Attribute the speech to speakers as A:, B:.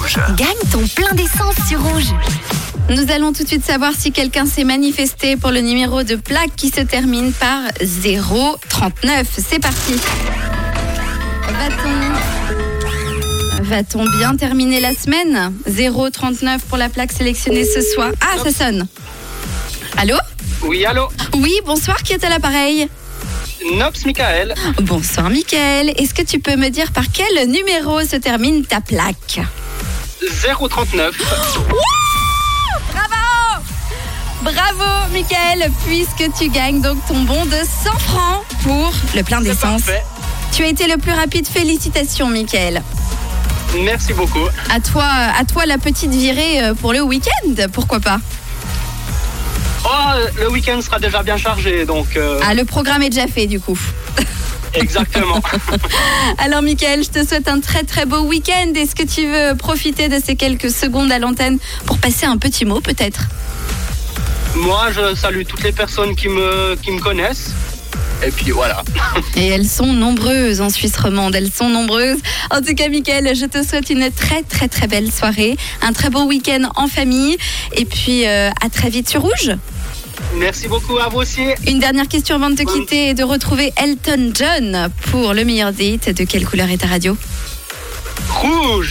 A: rouge.
B: Gagne ton plein d'essence sur rouge.
C: Nous allons tout de suite savoir si quelqu'un s'est manifesté pour le numéro de plaque qui se termine par 039. C'est parti. Va-t-on Va-t-on bien terminer la semaine 039 pour la plaque sélectionnée ce soir. Ah, ça sonne. Allô
A: Oui, allô
C: Oui, bonsoir, qui est à l'appareil
A: Nops Michael.
C: Bonsoir, Mickaël. Est-ce que tu peux me dire par quel numéro se termine ta plaque
A: 039.
C: Bravo Bravo, Mickaël, puisque tu gagnes donc ton bon de 100 francs pour le plein d'essence.
A: Parfait.
C: Tu as été le plus rapide. Félicitations, Mickaël.
A: Merci beaucoup.
C: À toi, à toi la petite virée euh, pour le week-end, pourquoi pas
A: Oh, le week-end sera déjà bien chargé, donc euh,
C: Ah, le programme est déjà fait du coup.
A: exactement.
C: Alors, Mickaël, je te souhaite un très très beau week-end. Est-ce que tu veux profiter de ces quelques secondes à l'antenne pour passer un petit mot peut-être
A: Moi, je salue toutes les personnes qui me, qui me connaissent. Et puis voilà.
C: Et elles sont nombreuses en Suisse romande, elles sont nombreuses. En tout cas, Mickaël, je te souhaite une très très très belle soirée, un très beau week-end en famille, et puis euh, à très vite sur Rouge.
A: Merci beaucoup à vous aussi.
C: Une dernière question avant de te quitter et de retrouver Elton John pour le meilleur date. De quelle couleur est ta radio
A: Rouge